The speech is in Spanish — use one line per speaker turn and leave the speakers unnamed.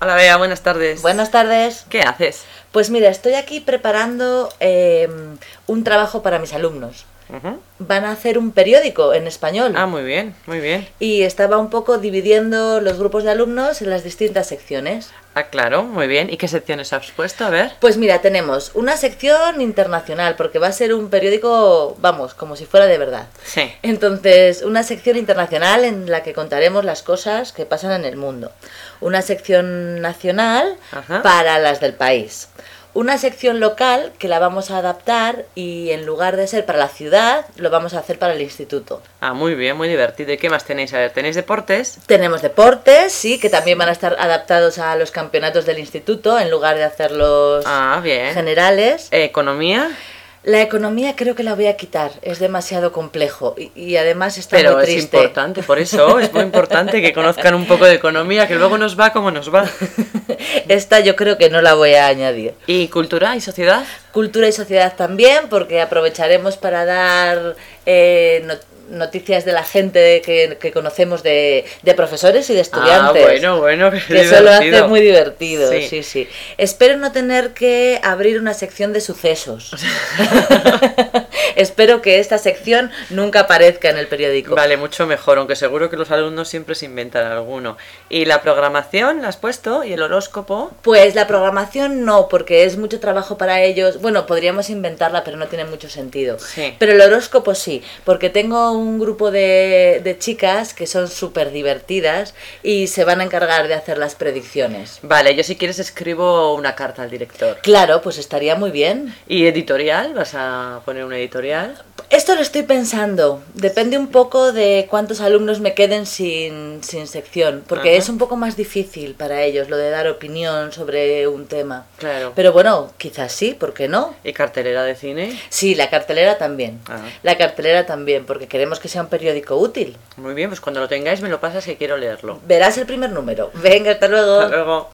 Hola Bea, buenas tardes.
Buenas tardes.
¿Qué haces?
Pues mira, estoy aquí preparando eh, un trabajo para mis alumnos.
Ujú.
Van a hacer un periódico en español.
Ah, muy bien, muy bien.
Y estaba un poco dividiendo los grupos de alumnos en las distintas secciones.
Ah, claro, muy bien. ¿Y qué secciones has puesto? A ver.
Pues mira, tenemos una sección internacional, porque va a ser un periódico, vamos, como si fuera de verdad.
Sí.
Entonces, una sección internacional en la que contaremos las cosas que pasan en el mundo. Una sección nacional
Ajá.
para las del país. Una sección local que la vamos a adaptar y en lugar de ser para la ciudad, lo vamos a hacer para el instituto.
Ah, muy bien, muy divertido. ¿Y qué más tenéis? A ver, ¿tenéis deportes?
Tenemos deportes, sí, que también van a estar adaptados a los campeonatos del instituto en lugar de hacerlos
Ah, bien.
generales.
Eh, ¿Economía?
La economía creo que la voy a quitar, es demasiado complejo y, y además está
Pero
muy
es
triste.
importante, por eso es muy importante que conozcan un poco de economía, que luego nos va como nos va.
Esta yo creo que no la voy a añadir.
¿Y cultura y sociedad?
Cultura y sociedad también, porque aprovecharemos para dar eh, no- noticias de la gente que, que conocemos de, de profesores y de estudiantes.
Ah, bueno, bueno, qué
Que eso lo hace
divertido.
muy divertido,
Sí.
sí. sí, Espero no tener que abrir una sección de sucesos. Espero que esta sección nunca aparezca en el periódico.
Vale, mucho mejor, aunque seguro que los alumnos siempre se inventan alguno. ¿Y la programación la has puesto? ¿Y el horóscopo?
Pues la programación no, porque es mucho trabajo para ellos. Bueno, podríamos inventarla, pero no tiene mucho sentido.
Sí.
Pero el horóscopo sí, porque tengo un grupo de, de chicas que son súper divertidas y se van a encargar de hacer las predicciones.
Vale, yo si quieres escribo una carta al director.
Claro, pues estaría muy bien.
¿Y editorial? ¿Vas a poner una editorial?
Esto lo estoy pensando. Depende un poco de cuántos alumnos me queden sin, sin sección, porque
Ajá.
es un poco más difícil para ellos lo de dar opinión sobre un tema.
Claro.
Pero bueno, quizás sí, ¿por qué no?
¿Y cartelera de cine?
Sí, la cartelera también.
Ah.
La cartelera también, porque queremos que sea un periódico útil.
Muy bien, pues cuando lo tengáis me lo pasas que quiero leerlo.
Verás el primer número. Venga, hasta luego.
Hasta luego.